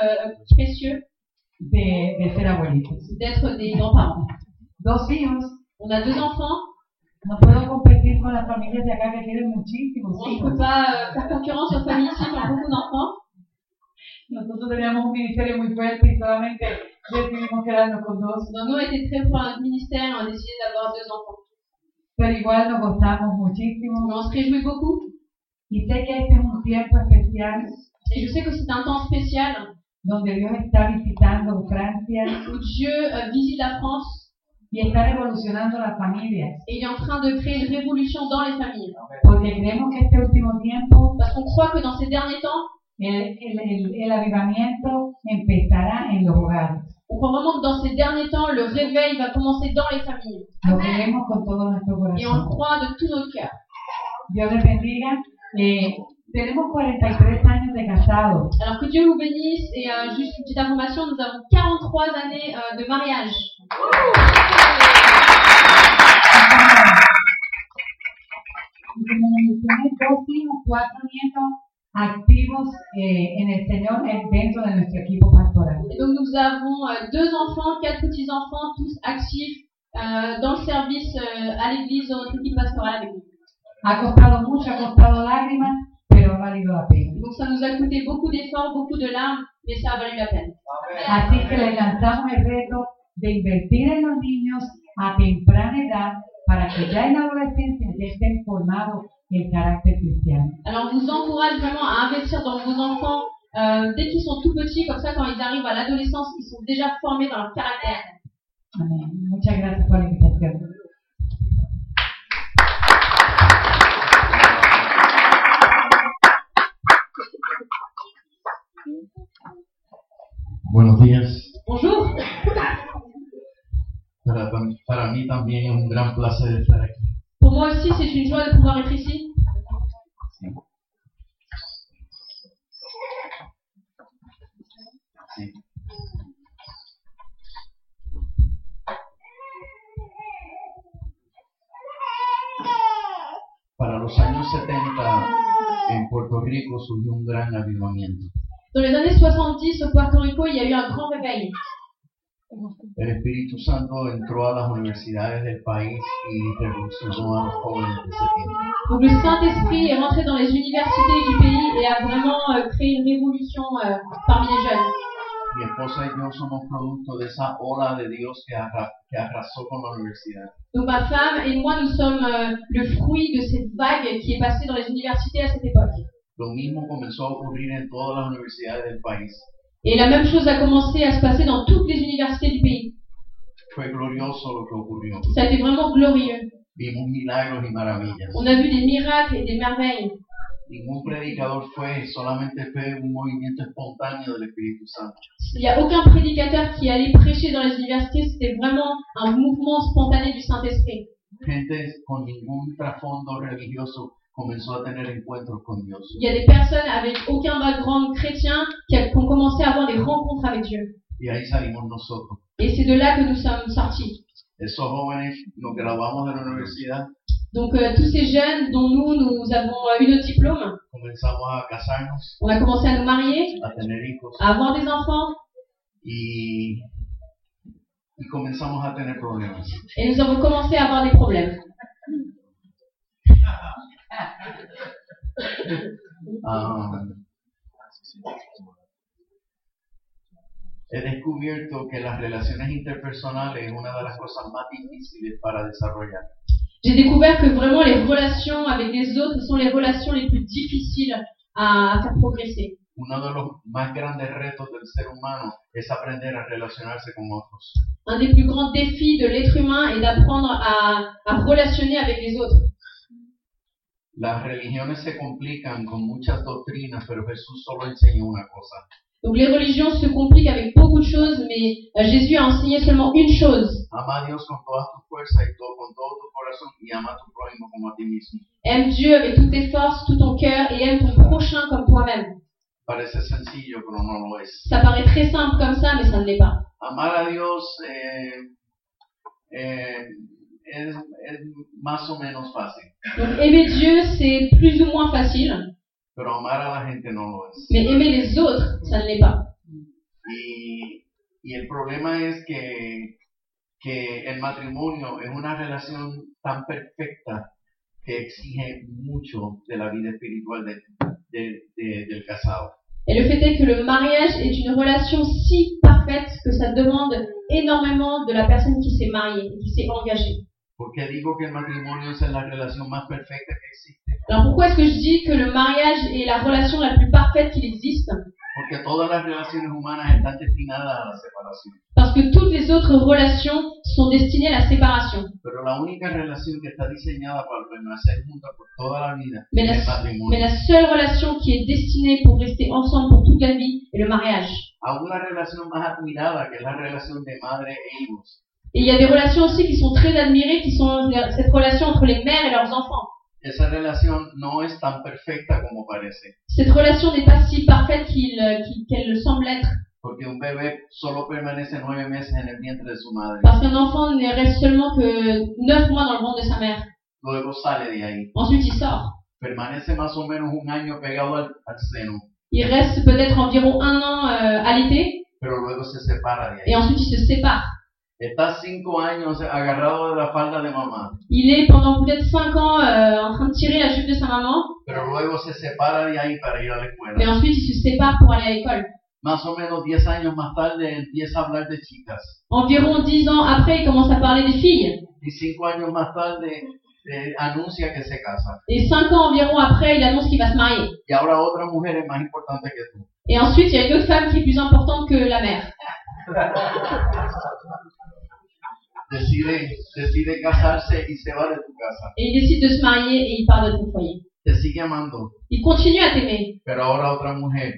euh, précieux de, de ser abuelitos. d'être des grands-parents. Dos hijos, On a deux enfants, no puedo competir con las familias de acá que tienen muchísimos on ne hijos. peut pas euh, faire concurrence aux familles ici qui ont beaucoup d'enfants. Nosotros teníamos un ministerio muy fuerte y solamente decidimos quedarnos con dos, Donc nous, on était très pour notre ministère, on a décidé d'avoir deux enfants. pero igual nos gustamos muchísimo. Mais on se réjouit beaucoup. Y sé que este es un tiempo especial Et je sais que c'est un temps spécial donde Dios está visitando Francia où Dieu euh, visite la France y está revolucionando las familias, et il est en train de créer une révolution dans les familles. porque creemos que este último tiempo Parce qu'on croit que dans ces derniers temps, el, el- el- el avivamiento empezará en los hogares. on croit vraiment que dans ces derniers temps, le réveil va commencer dans les familles. Lo creemos con todo nuestro Et on le corazón. croit de tout notre cœur. Dios les bendiga. Eh, tenemos 43 años de casados. Alors que Dieu vous bénisse et euh, juste une petite information, nous avons 43 années euh, de mariage. Y como tenemos dos hijos, cuatro nietos activos eh, en el Señor eh, dentro de nuestro equipo pastoral. Et donc nous avons euh, deux enfants, quatre petits-enfants, tous actifs euh, dans le service euh, à l'église, dans notre équipe pastorale avec nous. Ha costado mucho, ha costado lágrimas, pero ha valido la pena. Donc ça nous a coûté beaucoup d'efforts, beaucoup de larmes, mais ça a valu la peine. Así que les lanzamos el reto de invertir en los niños a temprana edad para que ya en la adolescencia ya estén formados el carácter cristiano. Alors on vous encourage vraiment à investir dans vos enfants euh, dès qu'ils sont tout petits, comme ça quand ils arrivent à l'adolescence, ils sont déjà formés dans leur caractère. Amén. Muchas gracias por la invitación. Buenos días. Bonjour Para, para mí también es un gran placer estar aquí. Pour moi aussi c'est une joie de pouvoir être ici. Sí. Para los años 70 en Puerto Rico surgió un gran avivamiento. Dans les années 70 au Puerto Rico, il y a eu un grand réveil. El Espíritu Santo entró a las universidades del país y revolucionó a los jóvenes de ese tiempo. Donc le Saint-Esprit est rentré dans les universités du pays et a vraiment euh, créé une révolution euh, parmi les jeunes. Mi esposa y yo somos producto de esa ola de Dios que, arra- que arrasó con la universidad. Donc ma femme et moi, nous sommes euh, le fruit de cette vague qui est passée dans les universités à cette époque. Lo mismo comenzó a ocurrir en todas las universidades del país. Et la même chose a commencé à se passer dans toutes les universités du pays. Fue glorioso lo que ocurrió. Ça a été vraiment glorieux. Vimos milagros y maravillas. On a vu des miracles et des merveilles. Ningún predicador fue, solamente fue un movimiento espontáneo del Espíritu Santo. Il n'y a aucun prédicateur qui allait prêcher dans les universités, c'était vraiment un mouvement spontané du Saint-Esprit. Gente con ningún trasfondo religioso comenzó a tener encuentros con Dios. Il y a des personnes avec aucun background chrétien qui a- qui ont commencé à avoir des rencontres avec Dieu. Y ahí salimos nosotros. Et c'est de là que nous sommes sortis. Esos jóvenes nos graduamos de la universidad, Donc euh, tous ces jeunes dont nous, nous avons euh, eu nos diplômes, comenzamos a casarnos, on a commencé à nous marier, a tener hijos à avoir des enfants, y, y comenzamos a tener problemas. et nous avons commencé à avoir des problèmes. Ah. he descubierto que las relaciones interpersonales es una de las cosas más difíciles para desarrollar. J'ai découvert que vraiment les relations avec les autres sont les relations les plus difficiles à, à faire progresser. Uno de los más grandes retos del ser humano es aprender a relacionarse con otros. Un des plus grands défis de l'être humain est d'apprendre à, à relationner avec les autres. Las religiones se complican con muchas doctrinas, pero Jesús solo enseñó una cosa. Donc les religions se compliquent avec beaucoup de choses, mais euh, Jésus a enseigné seulement une chose. Ama a Dios con todas tus fuerzas y todo, con todo tu corazón y ama a tu prójimo como a ti mismo. Aime Dieu avec toutes tes forces, tout ton cœur, et aime ton prochain comme toi-même. Parece sencillo, pero no lo es. Ça paraît très simple comme ça, mais ça ne l'est pas. amar a Dios eh, eh, es, es más o menos fácil, Donc aimer Dieu, c'est plus ou moins facile, pero amar a la gente no lo es. mais aimer les autres, ça ne l'est pas. Y, y el problema es que, que el matrimonio es una relación tan perfecta que exige mucho de la vida espiritual de- de- de- del casado. Et le fait est que le mariage est une relation si parfaite que ça demande énormément de la personne qui s'est mariée, qui s'est engagée. ¿Por qué digo que el matrimonio es la relación más perfecta que existe? Alors pourquoi est-ce que je dis que le mariage est la relation la plus parfaite qu'il existe Porque todas las relaciones humanas están destinadas a la separación. Parce que toutes les autres relations sont destinées à la séparation. Pero la única relación que está diseñada para permanecer juntas por toda la vida Mais es la, el mais matrimonio. la seule relation qui est destinée pour rester ensemble pour toute la vie est le mariage. Aún la relación más admirada, que es la relación de madre e hijos, Et il y a des relations aussi qui sont très admirées, qui sont la- cette relation entre les mères et leurs enfants. esa relación no es tan perfecta como parece. Cette relation n'est pas si parfaite qu'il- euh, qu'il- qu'elle le semble être. Porque un bebé solo permanece nueve meses en el vientre de su madre. Parce qu'un enfant ne reste seulement que 9 mois dans le ventre de sa mère. Luego sale de ahí. Ensuite, il sort. Permanece más o menos un año pegado al, al seno. Il reste peut-être environ un an euh, allaité Pero luego se separa de ahí. et ensuite il se sépare. Está cinco años agarrado de la falda de mamá, Il est pendant peut-être 5 ans euh, en train de tirer la jupe de sa maman, pero luego se separa de ahí para ir a la mais escuela. ensuite il se sépare pour aller à l'école. Más o menos diez años más tarde empieza a hablar de chicas Environ 10 ans après, il commence à parler des filles. y cinco años más tarde eh, anuncia que se casa. Et 5 ans environ après, il annonce qu'il va se marier. Y ahora otra mujer es más importante que tú. Et ensuite, il y a une autre femme qui est plus importante que la mère. Decide, decide casarse y se va de tu casa. Et il décide de se marier et il part de ton foyer. Te sigue amando, Il continue à t'aimer, pero ahora otra mujer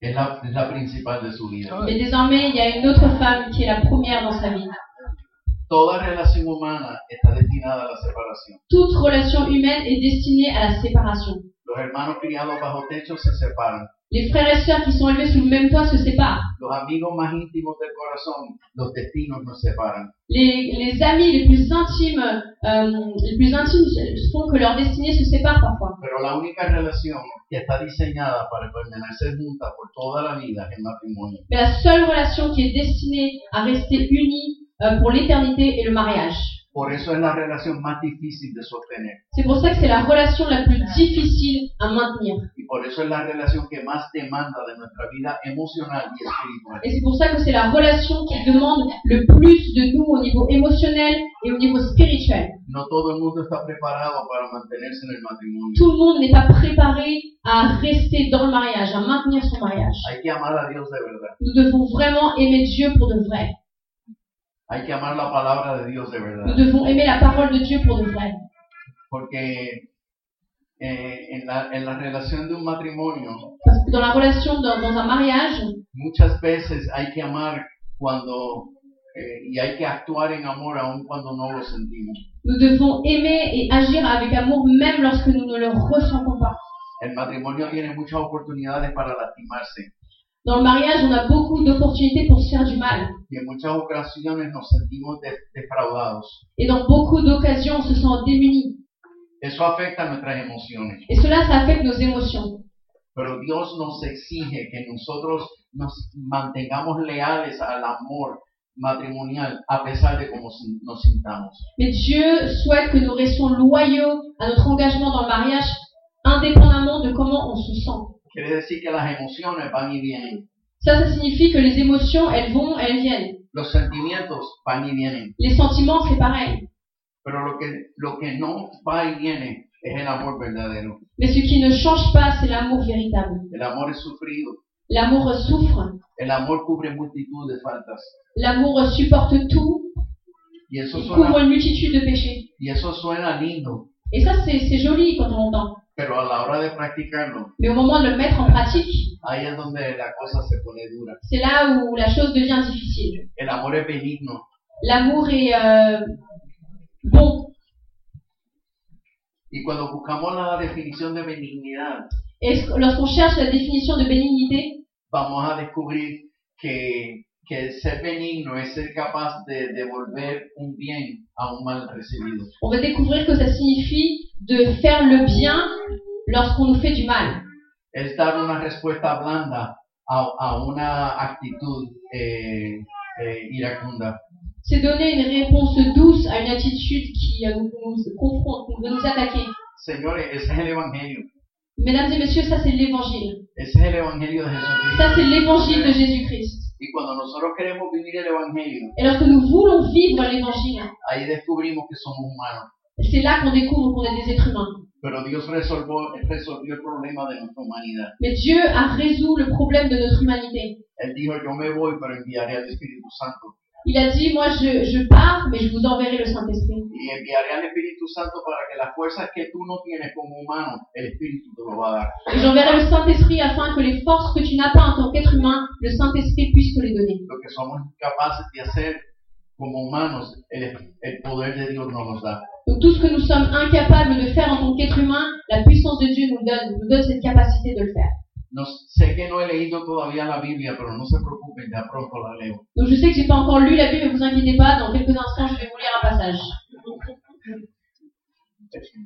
es la, es la principal de su vida. mais désormais, il y a une autre femme qui est la première dans sa vie. Toda relación humana está destinada a la separación. Toute relation humaine est destinée à la séparation. Los hermanos criados bajo techo se separan. Les frères et sœurs qui sont élevés sous le même toit se séparent. Los amigos más íntimos del corazón, los destinos nos separan. Les, les amis les plus intimes, euh, les plus intimes font que leur destinée se sépare parfois. Pero la única relación que está diseñada para permanecer juntas por toda la vida es el matrimonio. Mais la seule relation qui est destinée à rester unie euh, pour l'éternité est le mariage. Por eso es la relación más difícil de sostener. C'est pour ça que c'est la relation la plus difficile à maintenir. Y por eso es la relación que más demanda de nuestra vida emocional y espiritual. Et c'est pour ça que c'est la relation qui demande le plus de nous au niveau émotionnel et au niveau spirituel. No todo el mundo está preparado para mantenerse en el matrimonio. Tout le monde n'est pas préparé à rester dans le mariage, à maintenir son mariage. Hay que amar a Dios de verdad. Nous devons vraiment aimer Dieu pour de vrai. Hay que amar la palabra de Dios de Nous verdad. devons aimer la parole de Dieu pour de vrai. Porque eh, en, la, en la relación de un matrimonio Parce que dans la relation, dans, dans un mariage, muchas veces hay que amar cuando eh, y hay que actuar en amor aun cuando no lo sentimos. nous devons aimer et agir avec amour même lorsque nous ne le ressentons pas. El matrimonio tiene muchas oportunidades para lastimarse Dans le mariage, on a beaucoup d'opportunités pour se faire du mal. y en muchas ocasiones nos sentimos de- defraudados. Et dans beaucoup d'occasions, on se sent démuni. Eso afecta nuestras emociones, Et cela, ça affecte nos émotions. pero Dios nos exige que nosotros nos mantengamos leales al amor matrimonial a pesar de cómo sin- nos sintamos. Mais Dieu souhaite que nous restions loyaux à notre engagement dans le mariage, indépendamment de comment on se sent. Quiere decir que las emociones van y vienen, Ça, ça signifie que les émotions, elles vont, elles viennent. los sentimientos van y vienen. Les sentiments, c'est pareil. Pero lo que, lo que no va y viene es el amor verdadero. Mais ce qui ne change pas, c'est l'amour véritable. El amor es sufrido. L'amour souffre, El amor cubre multitud de faltas. l'amour supporte tout, Y eso il suena, couvre une multitude de péchés. y eso suena lindo, Et ça, c'est c'est joli quand on l'entend. pero a la hora de practicarlo, Mais au moment de le mettre en pratique, ahí es donde la cosa se pone dura. c'est là où la chose devient difficile. El amor es benigno. L'amour est euh, bon. Y cuando buscamos la definición de benignidad, Et ce- lorsqu'on cherche la définition de bénignité, vamos a descubrir que, que ser benigno es ser capaz de devolver un bien a un mal recibido. on va découvrir que ça signifie de faire le bien lorsqu'on nous fait du mal. Es dar una respuesta blanda a, a una actitud eh, eh, iracunda. C'est donner une réponse douce à une attitude qui euh, nous, nous confronte, nous veut nous attaquer. Señores, ese es el Evangelio. Mesdames et messieurs, ça c'est l'évangile. Ese es el Evangelio de Jesucristo. Ça c'est l'évangile de Jésus-Christ. Y cuando nosotros queremos vivir el Evangelio, Et lorsque nous voulons vivre l'évangile, ahí descubrimos que somos humanos. c'est là qu'on découvre qu'on est des êtres humains. Pero Dios resolvó- resolvió el problema de nuestra humanidad. Mais Dieu a résolu le problème de notre humanité. Él dijo, yo me voy, pero enviaré al Espíritu Santo. Il a dit, moi je, je pars, mais je vous enverrai le Saint-Esprit. Y enviaré al Espíritu Santo para que las fuerzas que tú no tienes como humano, el Espíritu te lo va a dar. Et J'enverrai le Saint-Esprit afin que les forces que tu n'as pas en tant qu'être humain, le Saint-Esprit puisse te les donner. Lo que somos capaces de hacer como humanos, el, el poder de Dios nos los da. Donc tout ce que nous sommes incapables de faire en tant qu'être humain, la puissance de Dieu nous donne, nous donne cette capacité de le faire. No, sé que no he leído todavía la Biblia, pero no se preocupen, ya pronto la leo. Donc je sais que j'ai pas encore lu la Bible, mais vous inquiétez pas, dans quelques instants je vais vous lire un passage.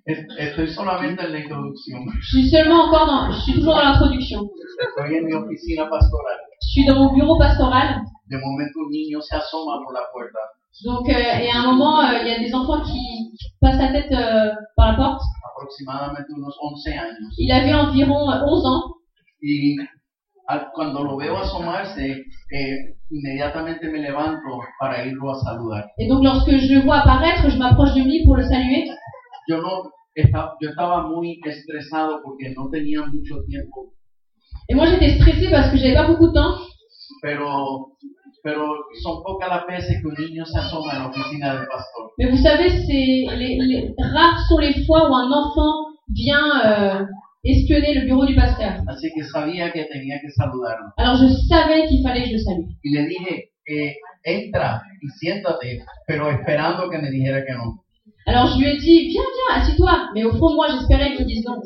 Es- Estoy solamente en la introducción. Je suis seulement encore dans, je suis toujours dans l'introduction. Estoy en mi oficina pastoral. Je suis dans mon bureau pastoral, De momento un niño se asoma por la puerta. donc euh, et à un moment euh, il y a des enfants qui passent la tête euh, par la porte. aproximadamente unos 11 años. Il avait environ euh, 11 ans Y al- cuando lo veo asomarse, eh, inmediatamente me levanto para irlo a saludar. et donc lorsque je le vois apparaître, je m'approche de lui pour le saluer. Yo, no, esta- yo estaba muy estresado porque no tenía mucho tiempo, Et moi j'étais stressée parce que j'avais pas beaucoup de temps, pero, pero son pocas las veces que un niño se asoma en la oficina del pastor. mais vous savez c'est les, les- rares sont les fois où un enfant vient euh, espionner le bureau du pasteur. Así que sabía que tenía que saludarlo. Alors je savais qu'il fallait que je le salue. Y le dije, eh, entra y siéntate, pero esperando que me dijera que no. Alors je lui ai dit, viens, viens, assis-toi. Mais au fond de moi, j'espérais qu'il me dise non.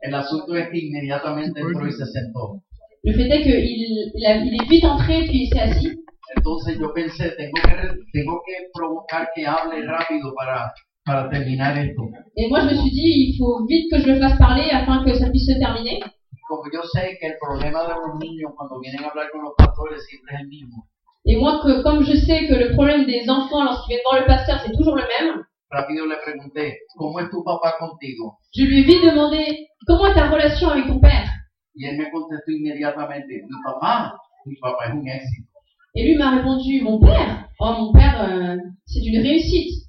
El asunto es que inmediatamente entró y se sentó. Le fait est qu'il il a- il est vite entré, puis il s'est assis. Entonces yo pensé, tengo que, re- tengo que provocar que hable rápido para, para terminar esto. Et moi, je me suis dit, il faut vite que je le fasse parler afin que ça puisse se terminer. Como yo sé que el problema de los niños cuando vienen a hablar con los pastores siempre es el mismo. Et moi, que, comme je sais que le problème des enfants lorsqu'ils viennent voir le pasteur, c'est toujours le même, Rápido le pregunté, ¿cómo es tu papá contigo? je lui ai vite demandé, comment est ta relation avec ton père Y él me contestó inmediatamente, mi papá, mi papá es un éxito. Et lui m'a répondu, mon père Oh, mon père, euh, c'est une réussite.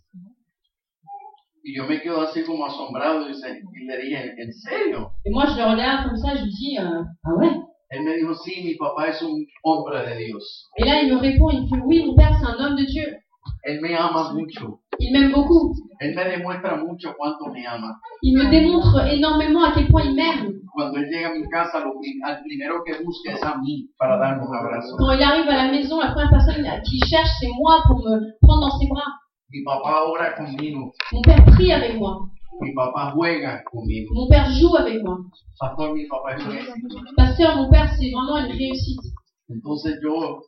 Y yo me quedo así como asombrado y, se- y le dije, ¿en serio? Et moi, je le regarde comme ça, je lui dis, euh, ah ouais Él me dijo, sí, mi papá es un hombre de Dios. Et là, il me répond, il me dit, oui, mon père, c'est un homme de Dieu. Él me ama mucho. Il m'aime beaucoup. Él me demuestra mucho cuánto me ama. Il me démontre énormément à quel point il m'aime. cuando él llega a mi casa, lo pri- al primero que busca es a mí para darme un abrazo. Quand il arrive à la maison, la première personne à qui il cherche, c'est moi pour me prendre dans ses bras. Mi papá ora conmigo, Mon père prie avec moi. mi papá juega conmigo. Mon père joue avec moi. Pastor, mi papá es un éxito. Pasteur, mon père, c'est vraiment une réussite. Entonces yo,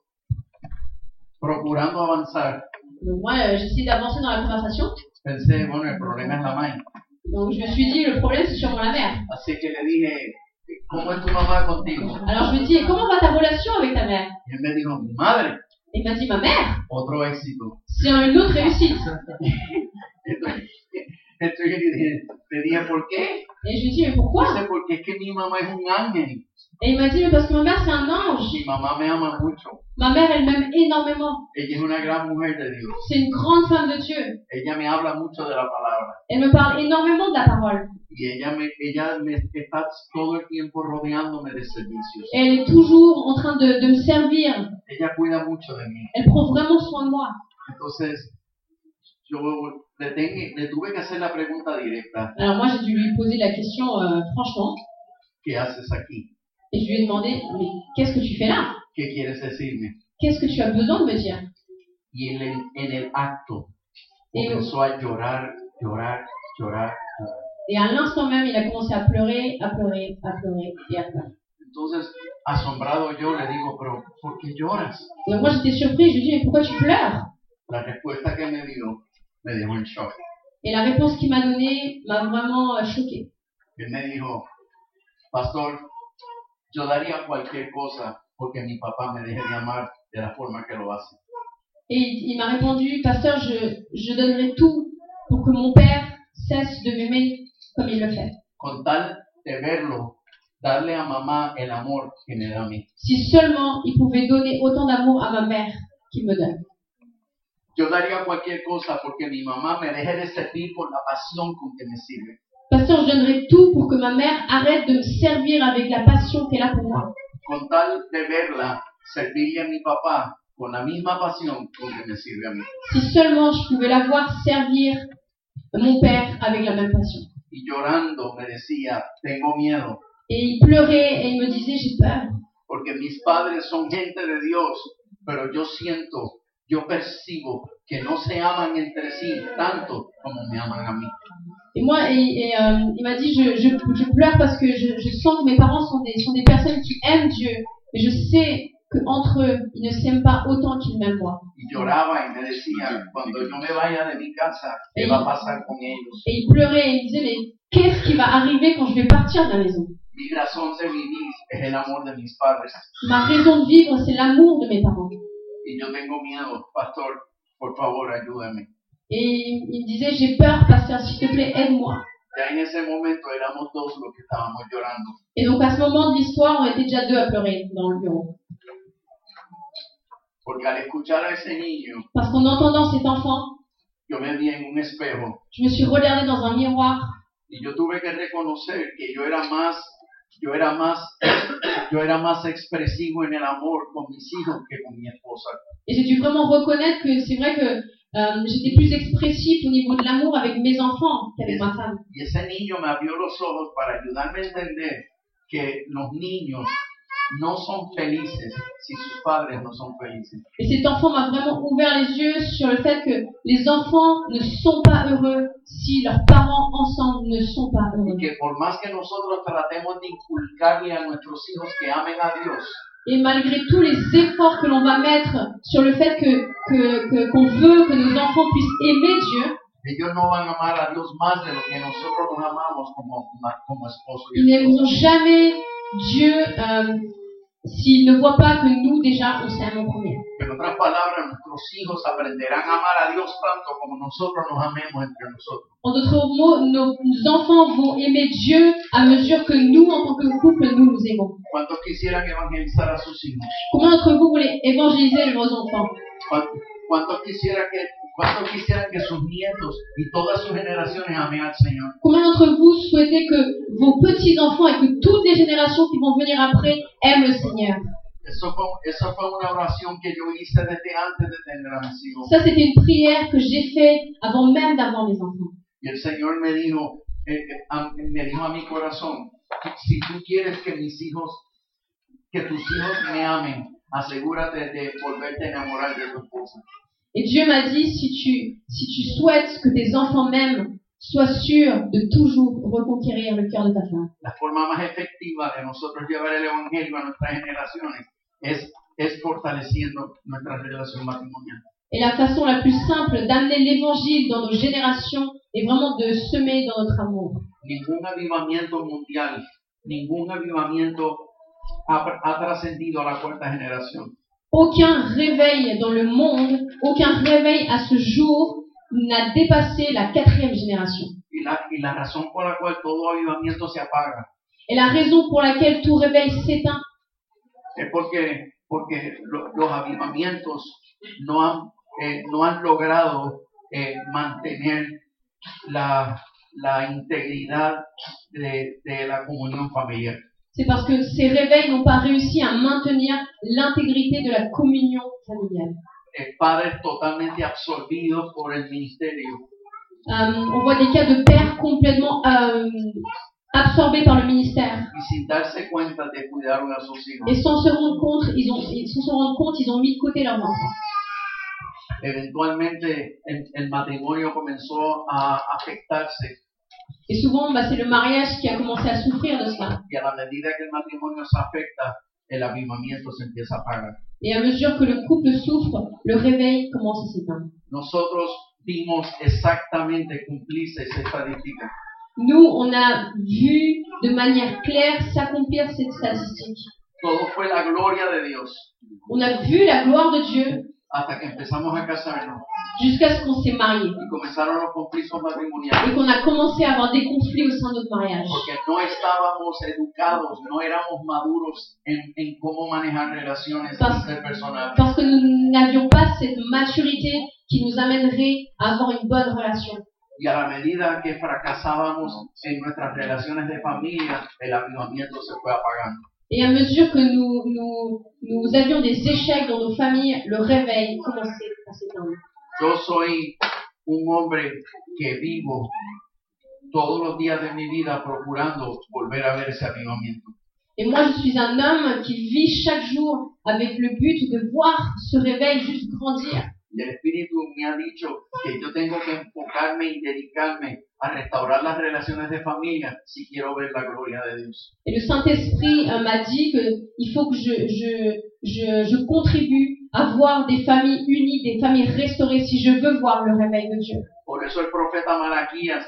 procurando avanzar, Donc moi, euh, j'essaie d'avancer dans la conversation. pensé, bueno, el problema es la mãe. Donc je me suis dit, le problème, c'est sûrement la mère. Así que le dije, ¿cómo es tu mamá contigo? Alors je lui ai dit, Et comment va ta relation avec ta mère Y él me dijo, mi madre, Il m'a dit, ma mère, otro éxito. c'est une autre réussite. Entonces, entonces yo le dije, le dije, ¿por qué? Et je lui ai dit, mais pourquoi Dice, porque es que mi mamá es un ángel. Et il m'a dit, mais parce que ma mère, c'est un ange. Mi mamá me ama mucho. Ma mère, elle m'aime énormément. Ella es una gran mujer de Dios. C'est une grande femme de Dieu. ella me habla mucho de la palabra Elle me parle énormément de la parole. y ella me ella me está todo el tiempo rodeándome de servicios. Et elle est toujours en train de, de me servir. Ella cuida mucho de mí. Elle prend vraiment soin de moi. Entonces yo le, tengo- le tuve que hacer la pregunta directa, Alors moi, j'ai dû lui poser la question euh, franchement. ¿qué haces aquí? Et je lui ai demandé, mais qu'est-ce que tu fais là ¿Qué quieres decirme? Qu'est-ce que tu as besoin de me dire Y en el, en el acto comenzó a llorar, llorar, llorar. llorar. Et à l'instant même, il a commencé à pleurer, à pleurer, à pleurer et à pleurer. Entonces, asombrado yo le digo, pero ¿por qué lloras? Donc moi, j'étais surprise. Je lui ai dit, mais pourquoi tu pleures La respuesta que me dio me dejó en shock. Et la réponse qu'il m'a donnée m'a vraiment euh, choquée. Él me dijo, pastor, Yo daría cualquier cosa porque mi papá me deje de amar de la forma que lo hace. Et il, il m'a répondu, pasteur, je, je donnerai tout pour que mon père cesse de m'aimer comme il le fait. Con tal de verlo, darle a mamá el amor que me da a mí. Si seulement il pouvait donner autant d'amour à ma mère qu'il me donne. Yo daría cualquier cosa porque mi mamá me deje de servir por la pasión con que me sirve. Pasteur, je donnerai tout pour que ma mère arrête de me servir avec la passion qu'elle a pour moi. Con tal de verla, servirle a mi papá con la misma pasión con que me sirve a mí. Si seulement je pouvais la voir servir mon père avec la même passion. Y llorando me decía, tengo miedo, Et il pleurait et il me disait, j'ai peur. porque mis padres son gente de Dios, pero yo siento, yo percibo que no se aman entre sí tanto como me aman a mí. Et moi, et, et, euh, il m'a dit, je, je, je pleure parce que je, je sens que mes parents sont des, sont des personnes qui aiment Dieu. Mais je sais qu'entre eux, ils ne s'aiment pas autant qu'ils m'aiment moi. Y lloraba y me decía, cuando yo me vaya de mi casa, ¿qué va a pasar con ellos? Et il pleurait et il disait, mais qu'est-ce qui va arriver quand je vais partir de la maison Mi razón de vivir es el amor de mis padres. Ma raison de vivre, c'est l'amour de mes parents. Y yo tengo miedo, pastor, por favor, ayúdame. Et il me disait, j'ai peur, pasteur, s'il te plaît, aide-moi. Ya en ese momento éramos dos los que estábamos llorando. Et donc à ce moment de l'histoire, on était déjà deux à pleurer dans le bureau. Porque al escuchar a ese niño, Parce qu'en entendant cet enfant, yo me vi en un espejo je me suis regardée dans un miroir y yo tuve que reconocer que yo era más, yo era más, yo era más expresivo en el amor con mis hijos que con mi esposa. Et j'ai dû vraiment reconnaître que c'est vrai que euh, j'étais plus expressif au niveau de l'amour avec mes enfants qu'avec ma femme. Y ese niño me abrió los ojos para ayudarme a entender que los niños no son felices si sus padres no son felices. Et cet enfant m'a vraiment ouvert les yeux sur le fait que les enfants ne sont pas heureux si leurs parents ensemble ne sont pas Y heureux. que por más que nosotros tratemos de inculcarle a nuestros hijos que amen a Dios, Et malgré tous les efforts que l'on va mettre sur le fait que que- que- qu'on veut que nos enfants puissent aimer Dieu, ellos no van a amar a Dios más de lo que nosotros los amamos como, como esposo ils y esposa. n'aimeront jamais Dieu euh, s'ils ne voient pas que nous déjà on s'aime en premier. En otras palabras, nuestros hijos aprenderán a amar a Dios tanto como nosotros nos amemos entre nosotros. En d'autres mots, nos enfants vont aimer Dieu à mesure que nous, en tant que couple, nous nous aimons. ¿Cuántos quisieran evangelizar a sus hijos? Combien d'entre vous voulez évangéliser vos enfants ¿Cuán- ¿Cuántos quisieran que, cuántos quisieran que sus nietos y todas sus generaciones amen al Señor? Combien d'entre vous souhaitez que vos petits-enfants et que toutes les générations qui vont venir après aiment le Seigneur Eso fue, eso fue una oración que yo hice desde antes de tener a mis hijos. Ça, c'était une prière que j'ai faite avant même d'avoir mes enfants. Y el Señor me dijo, eh, eh, a- me dijo a mi corazón, si tú quieres que mis hijos, que tus hijos me amen, asegúrate de volverte a enamorar de tu esposa. Et Dieu m'a dit, si tu, si tu souhaites que tes enfants m'aiment, sois sûr de toujours reconquérir le cœur de ta femme. la forma más efectiva de nosotros llevar el evangelio a nuestras generaciones es, es fortaleciendo nuestra relación matrimonial. Et la façon la plus simple d'amener l'évangile dans nos générations est vraiment de semer dans notre amour. Ningún avivamiento mundial, ningún avivamiento ha, ha trascendido a la cuarta generación. Aucun réveil dans le monde, aucun réveil à ce jour n'a dépassé la quatrième génération. Y la, y la razón por la cual todo avivamiento se apaga Et la raison pour laquelle tout réveil s'éteint, es porque, porque lo- los avivamientos no han, eh, no han logrado eh, mantener la, la integridad de- de la comunión familiar. c'est parce que ces réveils n'ont pas réussi à maintenir l'intégrité de la communion familiale. eh, padres totalmente absorbidos por el ministerio Euh, on voit des cas de pères complètement euh, absorbés par le ministère. y sin darse cuenta de cuidaron a sus hijos. Et sans se rendre compte, ils ont, ils- sans se rendre compte, ils ont mis de côté leurs enfants. Eventualmente el, el matrimonio comenzó a afectarse Et souvent, bah, c'est le mariage qui a commencé à souffrir de cela. y a la medida que el matrimonio se afecta, el avivamiento se empieza a apagar. Et à mesure que le couple souffre, le réveil commence à s'éteindre. Nosotros vimos exactamente cumplirse esa estadística. Nous, on a vu de manière claire s'accomplir cette statistique. Todo fue la gloria de Dios On a vu la gloire de Dieu hasta que empezamos a casarnos jusqu'à ce qu'on s'est marié y comenzaron los conflictos matrimoniales et qu'on a commencé à avoir des conflits au sein de notre mariage. porque no estábamos educados, no éramos maduros en, en cómo manejar relaciones Pas- interpersonales. Parce que nous n'avions pas cette maturité qui nous amènerait à avoir une bonne relation. Y a la medida que fracasábamos en nuestras relaciones de familia, el avivamiento se fue apagando. Et à mesure que nous, nous, nous avions des échecs dans nos familles, le réveil commençait à s'éteindre. Yo soy un hombre que vivo todos los días de mi vida procurando volver a ver ese avivamiento. Et moi, je suis un homme qui vit chaque jour avec le but de voir ce réveil juste grandir. Y el Espíritu me ha dicho que yo tengo que enfocarme y dedicarme a restaurar las relaciones de familia si quiero ver la gloria de Dios. Et le Saint-Esprit euh, m'a dit qu'il faut que je, je, je, je contribue à voir des familles unies, des familles restaurées, si je veux voir le réveil de Dieu. Por eso el profeta Malaquías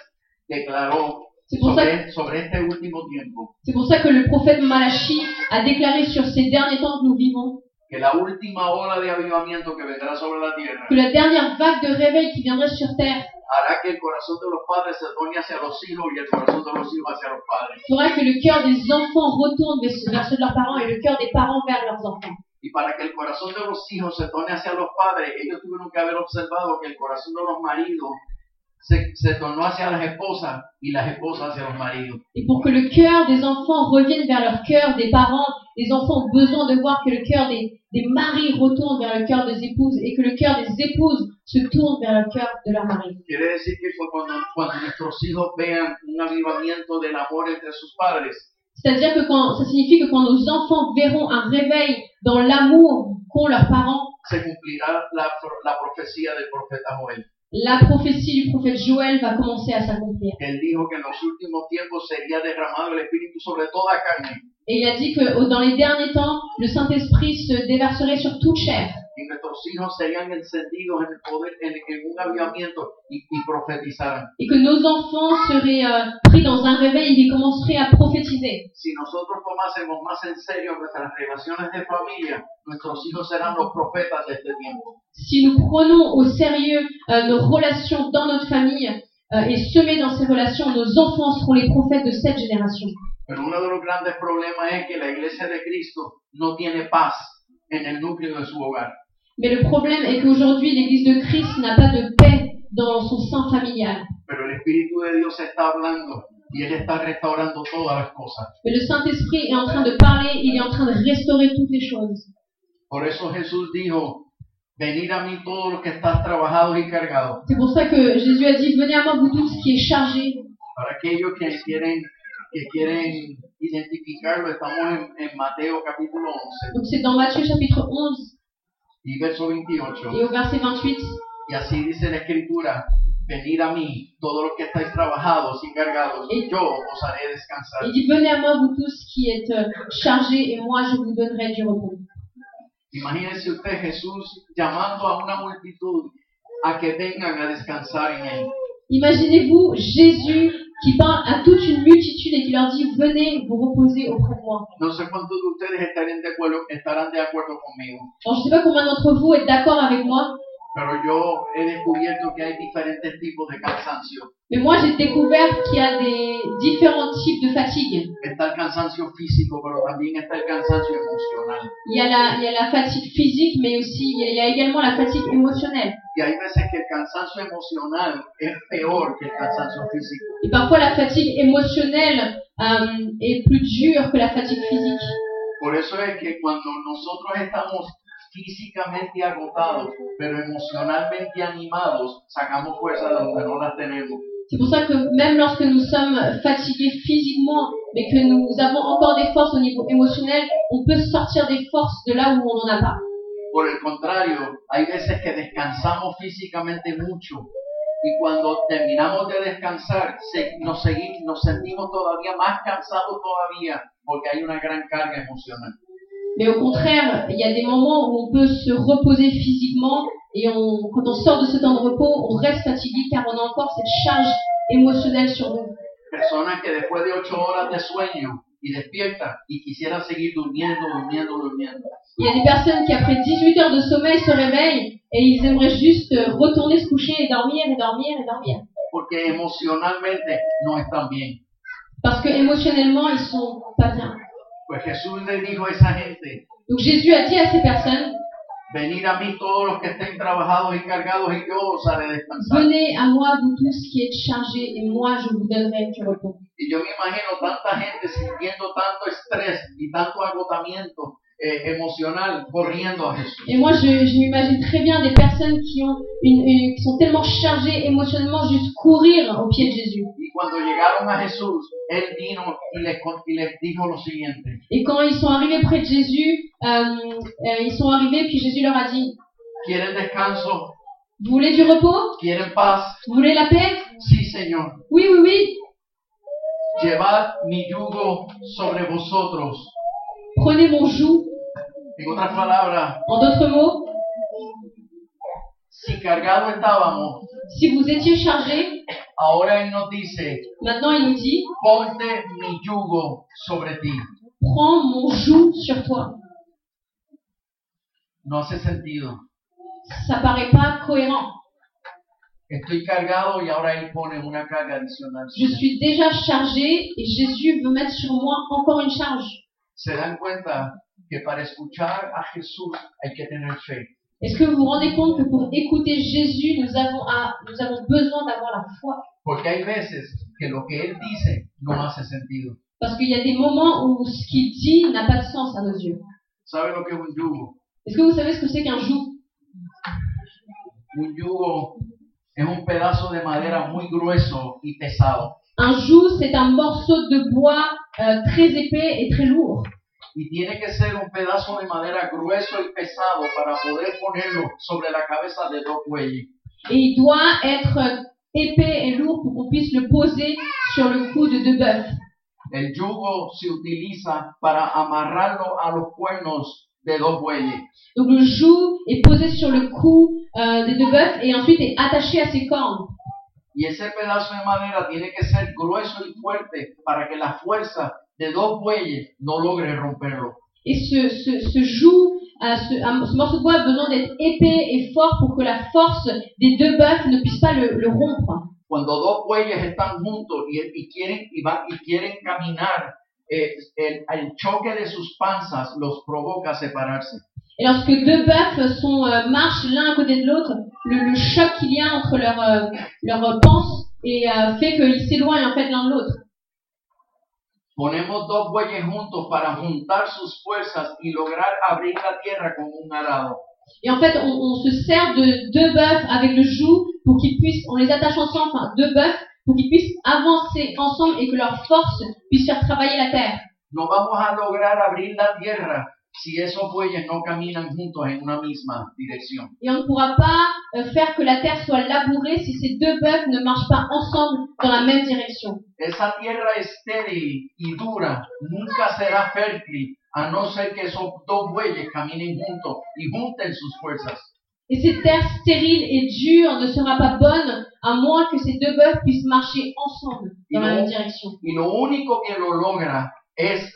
declaró C'est pour, ça que- sobre, sobre este último tiempo c'est pour ça que le prophète Malachi a déclaré sur ces derniers temps que nous vivons que la última ola de avivamiento que vendrá sobre la tierra que la dernière vague de réveil qui viendrait sur terre hará que el corazón de los padres se torne hacia los hijos y el corazón de los hijos hacia los padres. fera que le cœur des enfants retourne vers vers ceux de leurs parents et le cœur des parents vers leurs enfants. Y para que el corazón de los hijos se torne hacia los padres, ellos tuvieron que haber observado que el corazón de los maridos se, se tornó hacia las esposas y las esposas hacia los maridos. Et pour que le cœur des enfants revienne vers leur cœur des parents, les enfants ont besoin de voir que le cœur des, des maris retourne vers le cœur des épouses et que le cœur des épouses se tourne vers le cœur de leur mari. Quiere decir que cu- cuando, cuando nuestros hijos vean un avivamiento del amor entre sus padres, C'est-à-dire que quand, ça signifie que quand nos enfants verront un réveil dans l'amour qu'ont leurs parents, se cumplirá la, pro- la profecía del profeta Joel. la prophétie du prophète Joël va commencer à s'accomplir. Él dijo que en los últimos tiempos sería derramado el Espíritu sobre toda carne Et il a dit que au- dans les derniers temps, le Saint-Esprit se déverserait sur toute chair. y nuestros hijos serían encendidos en el poder, en, en un avivamiento y, y profetizaran. et que nos enfants seraient euh, pris dans un réveil et qu'ils commenceraient à prophétiser. Si nosotros tomásemos más en serio nuestras relaciones de familia, nuestros hijos serán los profetas de este tiempo. Si nous prenons au sérieux euh, nos relations dans notre famille euh, et semés dans ces relations, nos enfants seront les prophètes de cette génération. Pero uno de los grandes problemas es que la iglesia de Cristo no tiene paz en el núcleo de su hogar. Mais le problème est qu'aujourd'hui, l'Église de Christ n'a pas de paix dans son sein familial. Pero el Espíritu de Dios está hablando y Él está restaurando todas las cosas. Mais le Saint-Esprit est en train de parler, il est en train de restaurer toutes les choses. Por eso Jesús dijo, venid a mí todos los que estás trabajados y cargados. C'est pour ça que Jésus a dit, venez à moi vous tous qui est chargé. Para aquellos que quieren, que quieren identificarlo, estamos en, en Mateo capítulo 11 Donc c'est dans Matthieu chapitre 11 y verso 28. et au verset 28. Y así dice la escritura, venid a mí todos los que estáis trabajados y cargados, y yo os haré descansar. Il dit, venez à moi, vous tous qui êtes euh, chargés, et moi, je vous donnerai du repos. Imagínense usted Jesús llamando a una multitud a que vengan a descansar en Él. Imaginez-vous Jésus qui parle à toute une multitude et qui leur dit, venez vous reposer auprès de moi. No sé cuántos de ustedes estarían de acuerdo, estarán de acuerdo conmigo. Alors, je sais pas combien d'entre vous êtes d'accord avec moi, Pero yo he descubierto que hay diferentes tipos de cansancio. mais moi, j'ai découvert qu'il y a des différents types de fatigue. Está el cansancio físico, pero también está el cansancio emocional. Il y a la, il y a la fatigue physique, mais aussi, il y a- il y a également la fatigue émotionnelle. Y hay veces que el cansancio emocional es peor que el cansancio físico. Et parfois, la fatigue émotionnelle euh, est plus dure que la fatigue physique. Por eso es que cuando nosotros estamos físicamente agotados, pero emocionalmente animados, sacamos fuerza de donde no las tenemos. C'est pour ça que même lorsque nous sommes fatigués physiquement, mais que nous avons encore des forces au niveau émotionnel, on peut sortir des forces de là où on n'en a pas. Por el contrario, hay veces que descansamos físicamente mucho y cuando terminamos de descansar se- nos, segui- nos sentimos todavía más cansados todavía porque hay una gran carga emocional. Mais au contraire, il y a des moments où on peut se reposer physiquement et on, quand on sort de ce temps de repos, on reste fatigué car on a encore cette charge émotionnelle sur nous. Personas que después de ocho horas de sueño y despierta y quisieran seguir durmiendo, durmiendo, durmiendo. Il y a des personnes qui, après 18 heures de sommeil, se réveillent et ils aimeraient juste euh, retourner se coucher et dormir et dormir et dormir. Porque emocionalmente no están bien. Parce que émotionnellement, ils sont pas bien. Pues Jesús le dijo a esa gente, Donc Jésus a dit à ces personnes, venid a mí todos los que estén trabajados y cargados y yo os haré descansar. venez à moi, vous tous qui êtes chargés, et moi, je vous donnerai du repos. Y yo me imagino tanta gente sintiendo tanto estrés y tanto agotamiento eh, emocional corriendo a Jesús. Et moi, je, je m'imagine très bien des personnes qui, ont une, une- qui sont tellement chargées émotionnellement, juste courir au pied de Jésus. Y cuando llegaron a Jesús, Él vino y les, con- y les dijo lo siguiente, Et quand ils sont arrivés près de Jésus, euh, euh, ils sont arrivés, puis Jésus leur a dit, ¿quieren descanso? vous voulez du repos ¿Quieren paz? Vous voulez la paix Sí, Señor. Oui, oui, oui. Llevad mi yugo sobre vosotros. Prenez mon joug. En otras palabras, En d'autres mots, si cargados estábamos, si vous étiez chargé, ahora Él nos dice, maintenant il nous dit, ponte mi yugo sobre ti. prends mon joug sur toi. No hace sentido. Ça paraît pas cohérent. Estoy cargado y ahora Él pone una carga adicional. Je suis déjà chargé et Jésus veut mettre sur moi encore une charge. Se dan cuenta que para escuchar a Jesús hay que tener fe. Est-ce que vous vous rendez compte que pour écouter Jésus, nous avons, à- nous avons besoin d'avoir la foi Porque hay veces que lo que Él dice no hace sentido. Parce qu'il y a des moments où ce qu'il dit n'a pas de sens à nos yeux. ¿Sabe lo que es un yugo? Est-ce que vous savez ce que c'est qu'un joug Un yugo es un pedazo de madera muy grueso y pesado. Un joug, c'est un morceau de bois euh, très épais et très lourd. y tiene que ser un pedazo de madera grueso y pesado para poder ponerlo sobre la cabeza de dos bueyes. Et il doit être euh, épais et lourd pour qu'on puisse le poser sur le cou de deux bœufs. El yugo se utiliza para amarrarlo a los cuernos de dos bueyes. Donc le joug est posé sur le cou euh, des deux bœufs et ensuite est attaché à ses cornes. Y ese pedazo de madera tiene que ser grueso y fuerte para que la fuerza de dos bueyes no logre romperlo. Et ce, ce, ce joug, euh, ce, un- ce morceau de bois a besoin d'être épais et fort pour que la force des deux bœufs ne puisse pas le, le rompre. Cuando dos bueyes están juntos y, y quieren, y van, y quieren caminar, eh, el- el choque de sus panzas los provoca separarse. Et lorsque deux bœufs sont, euh, marchent l'un à côté de l'autre, le, le choc qu'il y a entre leurs euh, leurs panses et, euh, fait qu'ils s'éloignent en fait l'un de l'autre. Ponemos dos bueyes juntos para juntar sus fuerzas y lograr abrir la tierra con un arado. Et en fait, on, on se sert de deux bœufs avec le joug pour qu'ils puissent, on les attache ensemble, enfin deux bœufs, pour qu'ils puissent avancer ensemble et que leur force puisse faire travailler la terre. No vamos a lograr abrir la tierra si esos bueyes no caminan juntos en una misma dirección. Et on ne pourra pas euh, faire que la terre soit labourée si ces deux bœufs ne marchent pas ensemble dans la même direction. Esa tierra estéril y dura nunca será fértil a no ser que esos dos bueyes caminen juntos y junten sus fuerzas. Et cette terre stérile et dure ne sera pas bonne à moins que ces deux bœufs puissent marcher ensemble dans la même direction. Y lo único que lo logra es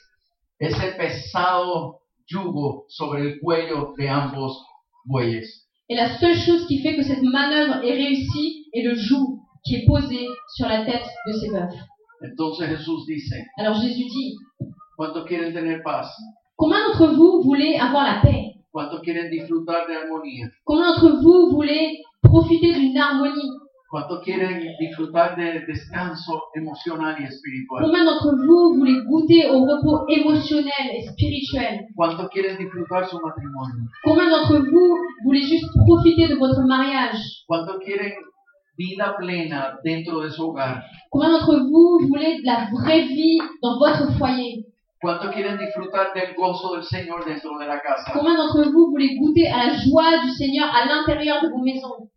ese pesado yugo sobre el cuello de ambos bueyes. Et la seule chose qui fait que cette manœuvre est réussie est le joug qui est posé sur la tête de ces bœufs. Entonces Jesús dice, Alors Jésus dit, ¿cuántos quieren tener paz? Combien d'entre vous voulez avoir la paix ¿Cuántos quieren disfrutar de armonía? Combien d'entre vous voulez profiter d'une harmonie ¿Cuántos quieren disfrutar de descanso emocional y espiritual? Combien d'entre vous voulez goûter au repos émotionnel et spirituel ¿Cuántos quieren disfrutar su matrimonio? Combien d'entre vous voulez juste profiter de votre mariage ¿Cuántos quieren vida plena dentro de su hogar? Combien d'entre vous voulez de la vraie vie dans votre foyer ¿Cuántos quieren disfrutar del gozo del Señor dentro de la casa? Combien d'entre vous voulez goûter à la joie du Seigneur à l'intérieur de vos maisons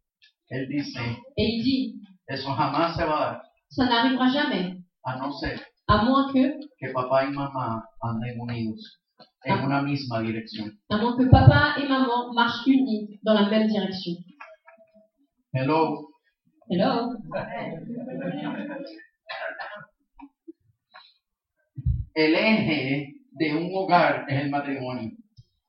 Él dice, Et il dit, eso jamás se va a dar, ça n'arrivera jamais, a no ser à moins que, que papá y mamá anden unidos en una misma dirección. à moins que papa et maman marchent unis dans la même direction. Hello. Hello el eje de un hogar es el matrimonio.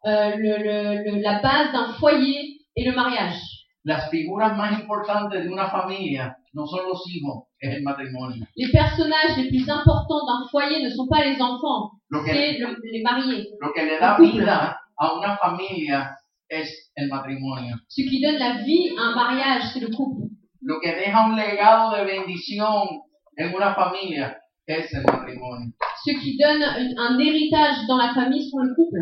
Euh, le- le- le- la base d'un foyer est le mariage. Las figuras más importantes de una familia no son los hijos, es el matrimonio. Les personnages les plus importants d'un foyer ne sont pas les enfants, Lo que, c'est le- les mariés. lo que le da vida a una familia es el matrimonio. Ce qui donne la vie à un mariage, c'est le couple. Lo que deja un legado de bendición en una familia es el matrimonio. Ce qui donne une- un héritage dans la famille sont le couple.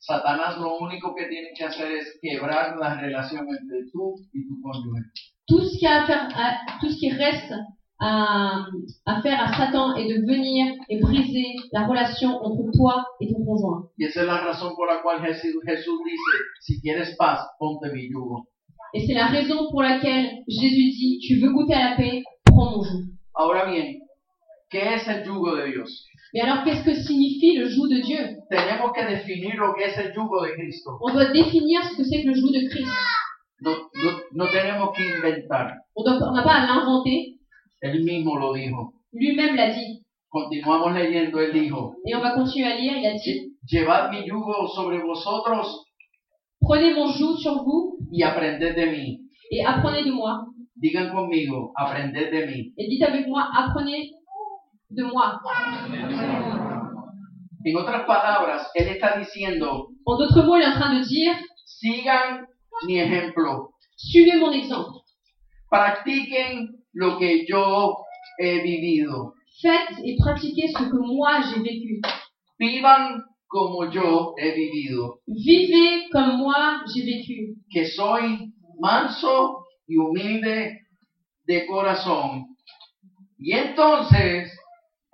Satanás lo único que tiene que hacer es quebrar la relación entre tú y tu cónyuge. Tout ce, qui a à faire, à- tout ce qui reste à, à faire à Satan est de venir et briser la relation entre toi et ton conjoint. Y esa es la razón por la cual Jesús, Jesús dice, si quieres paz, ponte mi yugo. Et c'est la raison pour laquelle Jésus dit, tu veux goûter à la paix, prends mon joug. Ahora bien, ¿qué es el yugo de Dios? Mais alors qu'est-ce que signifie le joug de Dieu Tenemos que definir lo que es el yugo de Cristo. On doit définir ce que c'est que le joug de Christ. No, no, no tenemos que inventar. On doit- on n'a pas à l'inventer, Él mismo lo dijo. lui-même l'a dit. Continuamos leyendo, él dijo, Et on va continuer à lire, il a dit, llevad mi yugo sobre vosotros prenez mon joug sur vous y aprended de mí. et apprenez de moi. Digan conmigo, aprended de mí. Et dites avec moi, apprenez de moi. En otras palabras, él está diciendo, En d'autres mots, il est en train de dire, sigan mi ejemplo, suivez mon exemple. practiquen lo que yo he vivido, Faites et pratiquez ce que moi j'ai vécu. vivan como yo he vivido, Vivez comme moi j'ai vécu. que soy manso y humilde de corazón, y entonces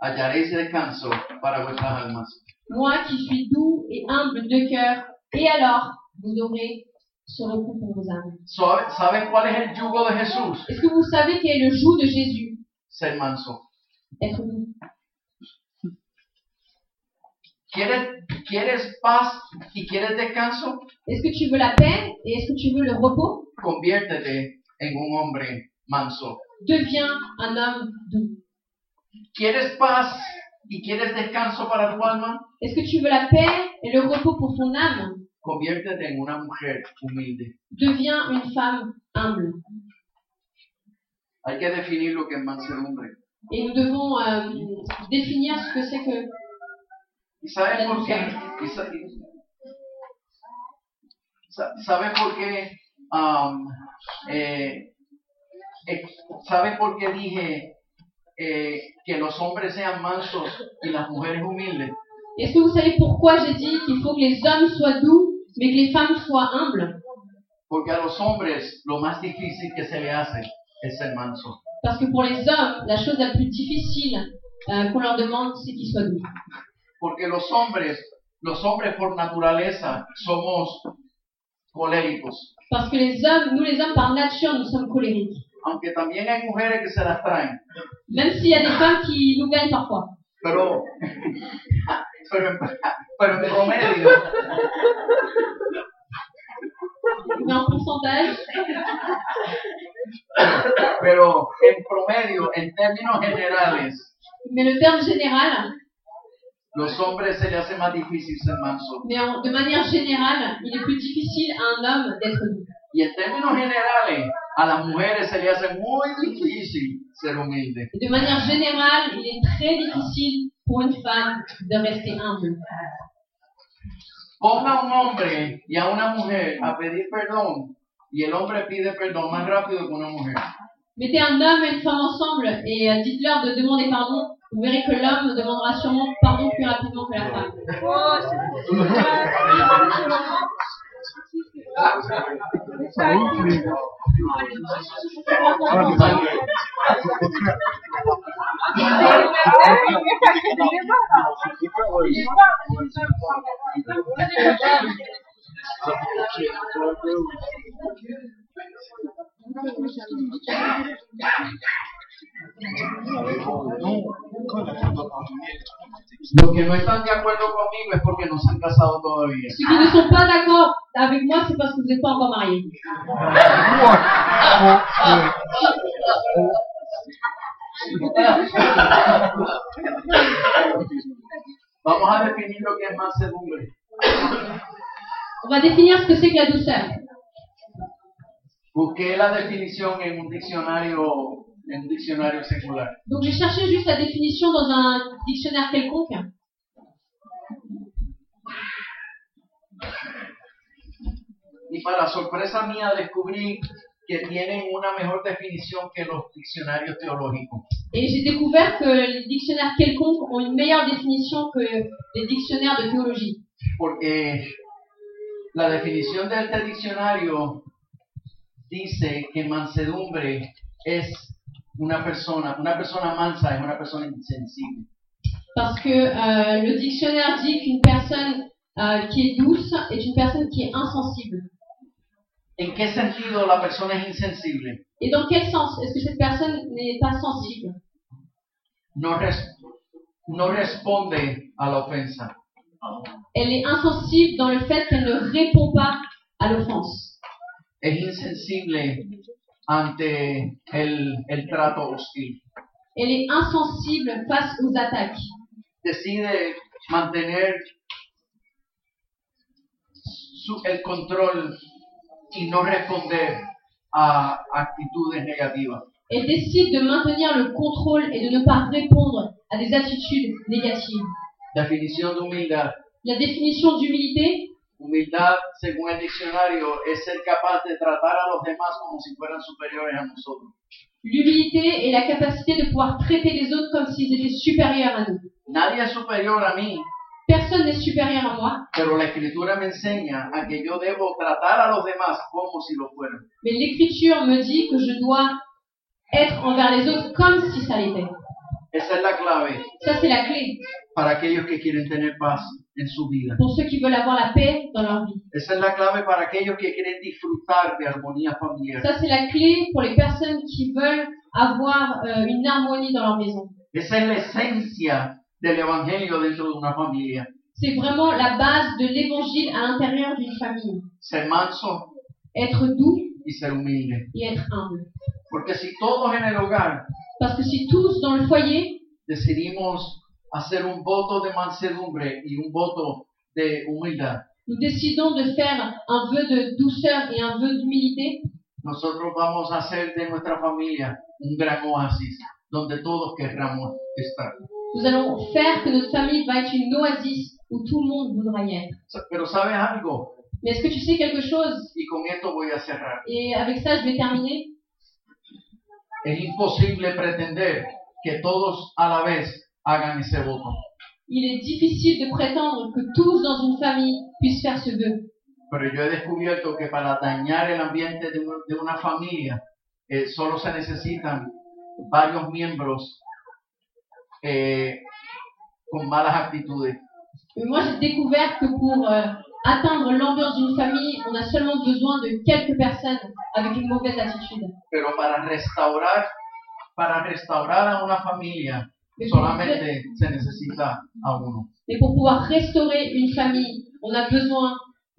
hallaréis descanso para vuestras almas. Moi qui suis doux et humble de cœur. Et alors, vous aurez ce repos pour vos âmes. Suave- ¿Saben cuál es el yugo de Jesús? Est-ce que vous savez quel est le joug de Jésus Ser manso. Être doux. ¿Quieres, ¿Quieres paz y quieres descanso? Est-ce que tu veux la paix et est-ce que tu veux le repos Conviértete en un hombre manso. Deviens un homme doux. ¿Quieres paz y quieres descanso para tu alma? Est-ce que tu veux la paix et le repos pour ton âme Conviértete en una mujer humilde. Deviens une femme humble. Hay que definir lo que es mansedumbre. Et nous devons euh, définir ce que c'est que ¿Y sabes La por qué? lucha. ¿Y sa- sa- ¿Sabes por qué? am, eh, ex- ¿Sabes por qué dije eh, que los hombres sean mansos y las mujeres humildes? Est-ce que vous savez pourquoi j'ai dit qu'il faut que les hommes soient doux, mais que les femmes soient humbles Porque a los hombres lo más difícil que se le hace es ser manso. Parce que pour les hommes, la chose la plus difficile euh, qu'on leur demande, c'est qu'ils soient doux. Porque los hombres, los hombres por naturaleza somos coléricos, Parce que les hommes, nous les hommes par nature, nous sommes colériques. aunque también hay mujeres que se las traen, Même s'il y a des femmes qui nous gagnent parfois. pero, pero, en- pero en promedio, Mais en pourcentage, pero en promedio, en términos generales, mais le terme général, los hombres se les hace más difícil ser manso. mais en- de manière générale, il est plus difficile à un homme d'être doux. Y en términos generales, a las mujeres se les hace muy difícil ser humilde. Et de manière générale, il est très difficile pour une femme de rester humble. Ponga a un hombre y a una mujer a pedir perdón y el hombre pide perdón más rápido que una mujer. Mettez un homme et une femme ensemble et euh, dites-leur de demander pardon. Vous verrez que l'homme demandera sûrement pardon plus rapidement que la femme. Los que no están de acuerdo conmigo es porque no se han casado todavía. Ceux qui ne sont pas d'accord avec moi, c'est parce que vous n'êtes pas encore mariés. Vamos a definir lo que es mansedumbre. On va définir ce que c'est que la douceur. Busqué la definición en un diccionario, en un diccionario secular. Donc j'ai cherché juste la définition dans un dictionnaire quelconque. Y para sorpresa mía descubrí que tienen una mejor definición que los diccionarios teológicos. Et j'ai découvert que les dictionnaires quelconques ont une meilleure définition que les dictionnaires de théologie. Porque la definición de este diccionario dice que mansedumbre es una persona, una persona mansa es una persona insensible. Parce que euh, le dictionnaire dit qu'une personne euh, qui est douce est une personne qui est insensible. ¿En qué sentido la persona es insensible? Et dans quel sens est-ce que cette personne n'est pas sensible No, res- no responde a la ofensa. Elle est insensible dans le fait qu'elle ne répond pas à l'offense. Es insensible ante el, el trato hostil. Elle est insensible face aux attaques. Decide mantener su- el control y no responder a actitudes negativas. Elle décide de maintenir le contrôle et de ne pas répondre à des attitudes négatives. Definición de humildad. La définition d'humilité, Humildad, según el diccionario, es ser capaz de tratar a los demás como si fueran superiores a nosotros. l'humilité est la capacité de pouvoir traiter les autres comme s'ils étaient supérieurs à nous. Nadie es superior a mí, Personne n'est supérieur à moi, pero la escritura me enseña a que yo debo tratar a los demás como si lo fueran. mais l'écriture me dit que je dois être envers les autres comme si ça l'était. Esa es la clave Ça, c'est la clé para aquellos que quieren tener paz en su vida. pour ceux qui veulent avoir la paix dans leur vie. Esa es la clave para aquellos que quieren disfrutar de armonía familiar. Ça, c'est la clé pour les personnes qui veulent avoir euh, une harmonie dans leur maison. Esa es la esencia del evangelio dentro de una familia. C'est vraiment la base de l'évangile à l'intérieur d'une famille. Ser manso Être doux y ser humilde. et être humble. Porque si todos en el hogar Parce que si tous dans le foyer, decidimos hacer un voto de mansedumbre y un voto de humildad, nous décidons de faire un vœu de douceur et un vœu d'humilité, nosotros vamos a hacer de nuestra familia un gran oasis donde todos querramos estar. nous allons faire que notre famille va être une oasis où tout le monde voudra y être. Sa- Pero sabes algo, Mais est-ce que tu sais quelque chose y con esto voy a cerrar, Et avec ça, je vais terminer. es imposible pretender que todos a la vez hagan ese voto. Il est difficile de prétendre que tous dans une famille puissent faire ce vœu. Pero yo he descubierto que para dañar el ambiente de, un- de una familia eh, solo se necesitan varios miembros eh, con malas actitudes. Mais moi, j'ai découvert que pour euh, atteindre l'ambiance d'une famille, on a seulement besoin de quelques personnes avec une mauvaise attitude. Pero para restaurar, para restaurar a una familia Mais pour, solamente se necesita a uno. mais pour pouvoir restaurer une famille, on a besoin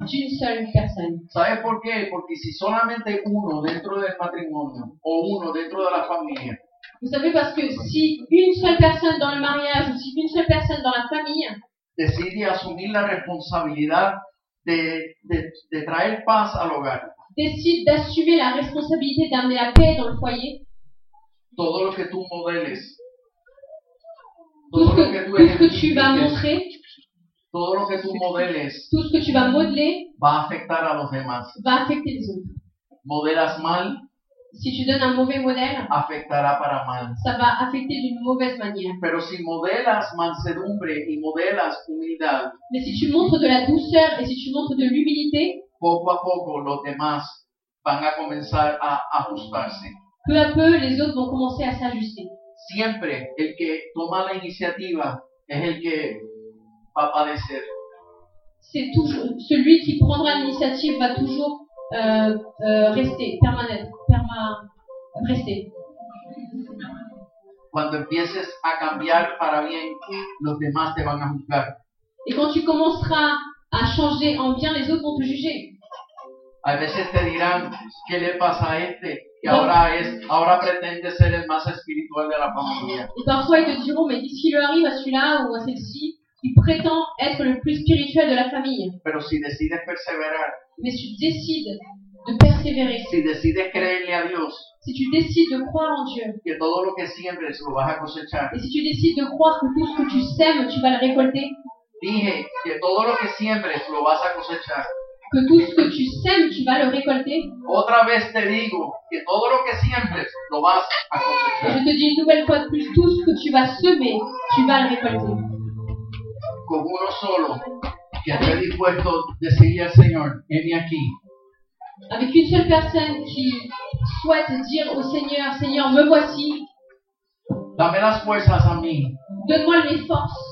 d'une seule personne. ¿Sabes por qué? Porque si solamente uno dentro del matrimonio o uno dentro de la familia Vous savez, parce que si une seule personne dans le mariage ou si une seule personne dans la famille decide asumir la responsabilidad de- de- de traer paz al hogar, décide d'assumer la responsabilité d'amener la paix dans le foyer, todo lo que tú modeles, tout ce todo lo que, que tú tout ce que tu vas ejemplifiques, montrer, todo lo que tú modeles tout ce que tu vas modeler, va a afectar a los demás. va affecter les autres. Modelas mal, Si tu donnes un mauvais modèle, afectará para mal. ça va affecter d'une mauvaise manière. Pero si modelas mansedumbre y modelas humildad, Mais si tu montres de la douceur et si tu montres de l'humilité, poco a poco los demás van a comenzar a ajustarse. peu à peu, les autres vont commencer à s'ajuster. Siempre el que toma la iniciativa es el que va a padecer. C'est toujours celui qui prendra l'initiative va toujours euh, euh, rester permanent, perma, rester. Cuando empieces a cambiar para bien, los demás te van a juzgar. Et quand tu commenceras à changer en bien, les autres vont te juger. A veces te dirán, ¿qué le pasa a este? Que No. ahora es, ahora pretende ser el más espiritual de la familia. Et parfois ils te diront mais qu'est-ce qui lui arrive à celui-là ou à celle-ci qui prétend être le plus spirituel de la famille. Pero si decides perseverar, Mais si tu décides de persévérer, si decides creerle a Dios, si tu décides de croire en Dieu, que todo lo que siembres lo vas a cosechar. et si tu décides de croire que tout ce que tu sèmes, tu vas le récolter, Dije que todo lo que siembres lo vas a cosechar. que tout ce que tu sèmes, tu vas le récolter, Otra vez te digo que todo lo que siembres lo vas a et cosechar. je te dis une nouvelle fois de plus, tout ce que tu vas semer, tu vas le récolter. Con uno solo que esté dispuesto a decirle al Señor, heme aquí, Avec une seule personne qui souhaite dire au Seigneur, Seigneur, me voici, dame las fuerzas a mí, donne-moi les forces,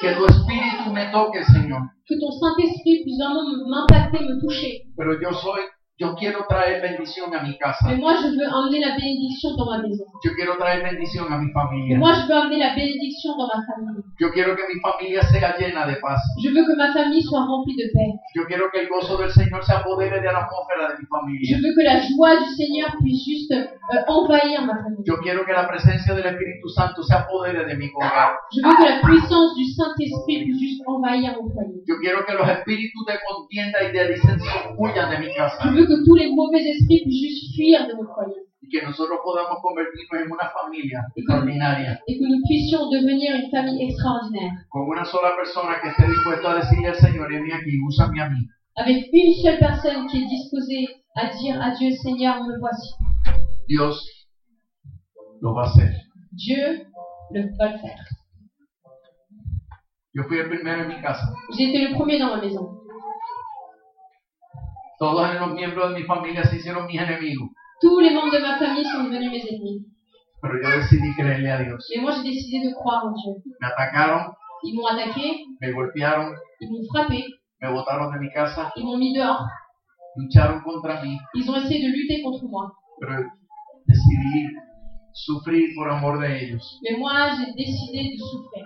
que tu espíritu me toque, Señor. que ton Saint-Esprit puisse vraiment m'impacter, me toucher. Pero yo soy, yo quiero traer bendición a mi casa. Mais moi, je veux emmener la bénédiction dans ma maison. Yo quiero traer bendición a mi Et familia. moi, je veux emmener la bénédiction dans ma famille. Yo quiero que mi familia sea llena de paz. Je veux que ma famille soit remplie de paix. Yo quiero que el gozo del Señor se apodere de la atmósfera de mi Je familia. veux que la joie du Seigneur puisse juste euh, envahir ma famille. Yo quiero que la presencia del Espíritu Santo se apodere de mi hogar. Je veux que la puissance du Saint-Esprit puisse juste envahir mon foyer. Yo quiero que los espíritus de contienda y de disensión huyan de mi Je casa veux que tous les mauvais esprits puissent juste fuir de mon foyer. y que nosotros podamos convertirnos en una familia extraordinaria Et que nous puissions devenir une famille extraordinaire. con una sola persona que esté dispuesta a decirle al Señor, heme aquí, úsame a mí. Avec une seule personne qui est disposée à dire à Dieu, Seigneur, me voici. Dios lo va a hacer. Dieu le va le faire. Yo fui el primero en mi casa. J'ai été le premier dans ma maison. Todos los miembros de mi familia se hicieron mis enemigos, Tous les membres de ma famille sont devenus mes ennemis. pero yo decidí creerle a Dios. Mais moi, j'ai décidé de croire en Dieu. Me atacaron, Ils m'ont attaqué, me golpearon, ils m'ont frappé, me botaron de mi casa, ils m'ont mis dehors. lucharon contra mí, Ils ont essayé de lutter contre moi. pero decidí sufrir por amor de ellos. Mais moi, j'ai décidé de souffrir.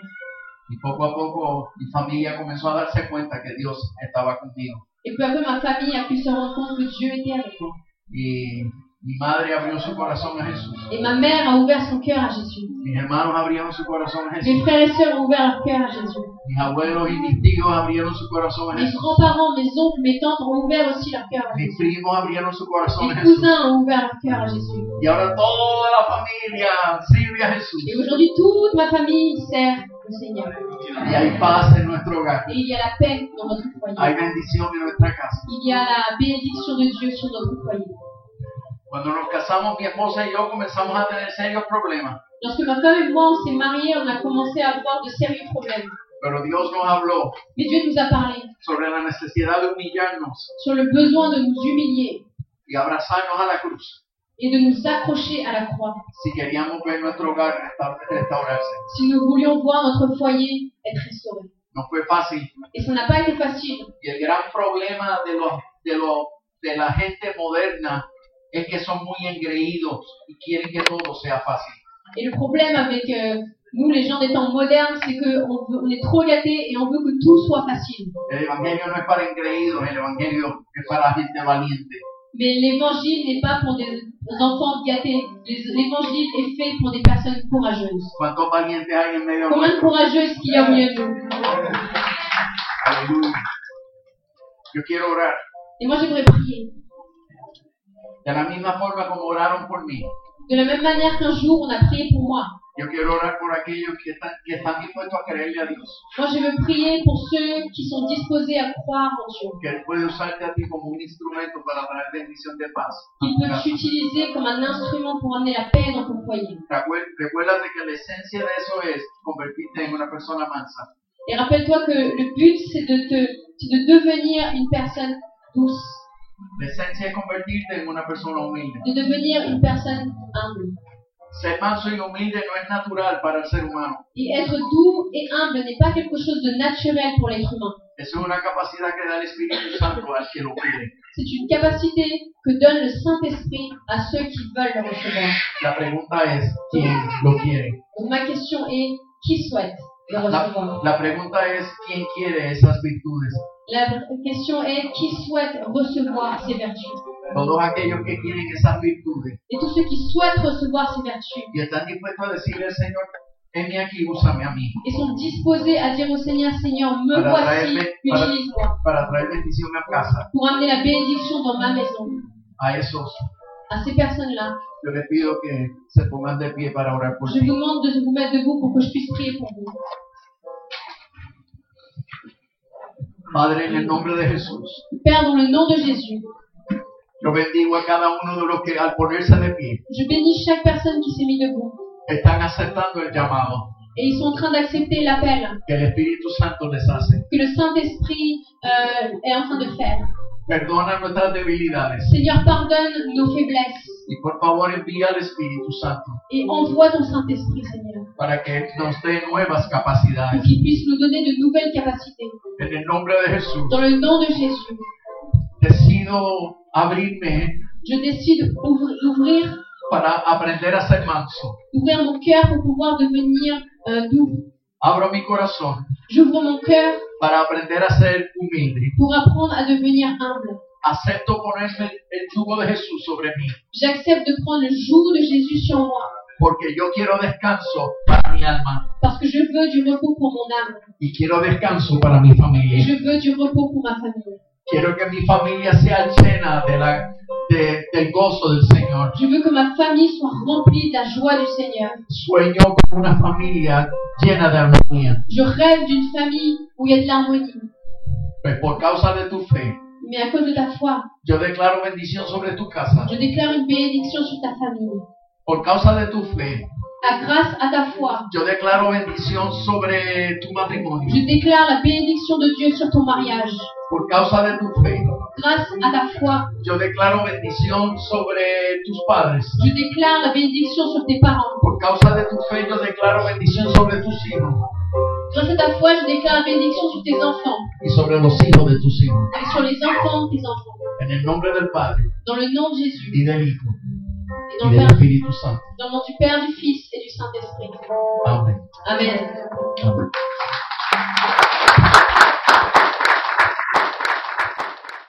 Y poco a poco mi familia comenzó a darse cuenta que Dios estaba conmigo. Et peu à peu, ma famille a pu se rendre compte que Dieu était avec moi. Y mi madre abrió su corazón a Jesús. Et ma mère a ouvert son cœur à Jésus. Mis hermanos abrieron su corazón a Mes Jesús. frères et sœurs ont ouvert leur cœur à Jésus. Mis abuelos y mis tíos abrieron su corazón a Mes Jesús. grands-parents, mes oncles, mes tantes ont ouvert aussi leur cœur à Jésus. Mis primos abrieron su corazón a Mes Jesús. cousins ont ouvert leur cœur à Jésus. Y ahora toda la familia sirve a Jesús. Et aujourd'hui, toute ma famille sert le Seigneur. Y hay paz en nuestro hogar. Et il y a la paix dans notre foyer. Hay bendición en nuestra casa. Il y a la bénédiction de Dieu sur notre foyer. Cuando nos casamos, mi esposa y yo comenzamos a tener serios problemas. Lorsque ma femme et moi, on s'est mariés, on a commencé à avoir de sérieux problèmes. Pero Dios nos habló Mais Dieu nous a parlé sobre la necesidad de humillarnos sur le besoin de nous humilier y abrazarnos a la cruz. et de nous accrocher à la croix si queríamos ver nuestro hogar resta- restaurarse. si nous voulions voir notre foyer être restauré. No fue fácil. Et ça n'a pas été facile. Y el gran problema de, los, de, los, de la gente moderna es que son muy engreídos y quieren que todo sea fácil. Et le problème avec euh, nous, les gens des temps modernes, c'est qu'on on est trop gâtés et on veut que tout soit facile. El Evangelio no es para engreídos, el Evangelio es para gente valiente. Mais l'évangile n'est pas pour des enfants gâtés. Les- L'évangile est fait pour des personnes courageuses. ¿Cuántos valientes hay en medio de Combien de nosotros? courageuses qu'il y a au milieu de nous Aleluya. Yo quiero orar Et moi, j'aimerais prier. de la misma forma como oraron por mí. De la même manière qu'un jour, on a prié pour moi. Yo quiero orar por aquellos que están, que están dispuestos a creerle a Dios, Moi, je veux prier pour ceux qui sont disposés à croire en Dieu, que Él puede usarte a ti como un instrumento para traer bendición de paz. qu'il a tu peut casa. t'utiliser comme un instrument pour amener la paix dans ton foyer. Recuer- Recuérdate que la esencia de eso es convertirte en una persona mansa. Et rappelle-toi que le but, c'est de, te, c'est de devenir une personne douce, La esencia es convertirte en una persona humilde. de devenir une personne humble. Ser manso y humilde no es natural para el ser humano. Et être doux et humble n'est pas quelque chose de naturel pour l'être humain. Eso es una capacidad que da el Espíritu Santo al que lo pide. C'est une capacité que donne le Saint-Esprit à ceux qui veulent le recevoir. La pregunta es, ¿quién lo quiere? Donc ma question est, qui souhaite le La, recevoir la pregunta es, ¿quién quiere esas virtudes? La question est, qui souhaite recevoir ces vertus Todos aquellos que quieren esas virtudes Et tous ceux qui souhaitent recevoir ces vertus y están dispuestos a decirle al Señor, heme aquí, úsame a mí, et sont disposés à dire au Seigneur, Seigneur, me Voilà, voici, ouais, mais- voilà. utilise-moi para traer bendición a casa. pour amener la bénédiction dans ma maison. A esos, À ces personnes-là, yo les pido que se pongan de pie para orar por je ti. vous demande de vous mettre debout pour que je puisse prier pour vous. Padre, en el nombre de Jesús, Père, dans le nom de Jésus, yo bendigo a cada uno de los que al ponerse de pie je bénis chaque personne qui s'est mise debout. están aceptando el llamado Et ils sont en train d'accepter l'appel que el Espíritu Santo les hace. que le Saint-Esprit euh, est en train de faire. Perdona nuestras debilidades Seigneur, pardonne nos faiblesses y por favor envía al Espíritu Santo et envoie ton Saint-Esprit, Seigneur, para que nos dé nuevas pour capacidades. qu'il puisse nous donner de nouvelles capacités. En el nombre de Jesús, Dans le nom de Jésus, decido abrirme je décide d'ouvrir- d'ouvrir para aprender a ser manso. d'ouvrir mon cœur pour pouvoir devenir euh, doux. Abro mi corazón J'ouvre mon cœur para aprender a ser humilde. pour apprendre à devenir humble. Acepto ponerme el yugo de Jesús sobre mí, J'accepte de prendre le joug de Jésus sur moi porque yo quiero descanso para mi alma parce que je veux du repos pour mon âme y quiero descanso para mi et familia. je veux du repos pour ma famille. Quiero que mi familia sea llena de la, de- del gozo del Señor. Je veux que ma famille soit remplie de la joie du Seigneur. Sueño con una familia llena de armonía. Je rêve d'une famille où il y a de l'harmonie. Pues por causa de tu fe, Mais à cause de ta foi, yo declaro bendición sobre tu casa. je déclare une bénédiction sur ta famille. Por causa de tu fe, À grâce à ta foi, yo declaro bendición sobre tu matrimonio. je déclare la bénédiction de Dieu sur ton mariage. Por causa de tu fe, Grâce à ta foi, yo declaro bendición sobre tus padres. je déclare la bénédiction sur tes parents. Por causa de tu fe, yo declaro bendición sobre tus hijos Grâce à ta foi, je déclare la bénédiction sur tes enfants y sobre los hijos de tus hijos. et sur les enfants de tes enfants. En el nombre del Padre Dans le nom de Jésus y del Hijo et dans y le, del Père- Espíritu Santo. dans le nom du Père, du Fils et du Saint-Esprit. Amén. Amen.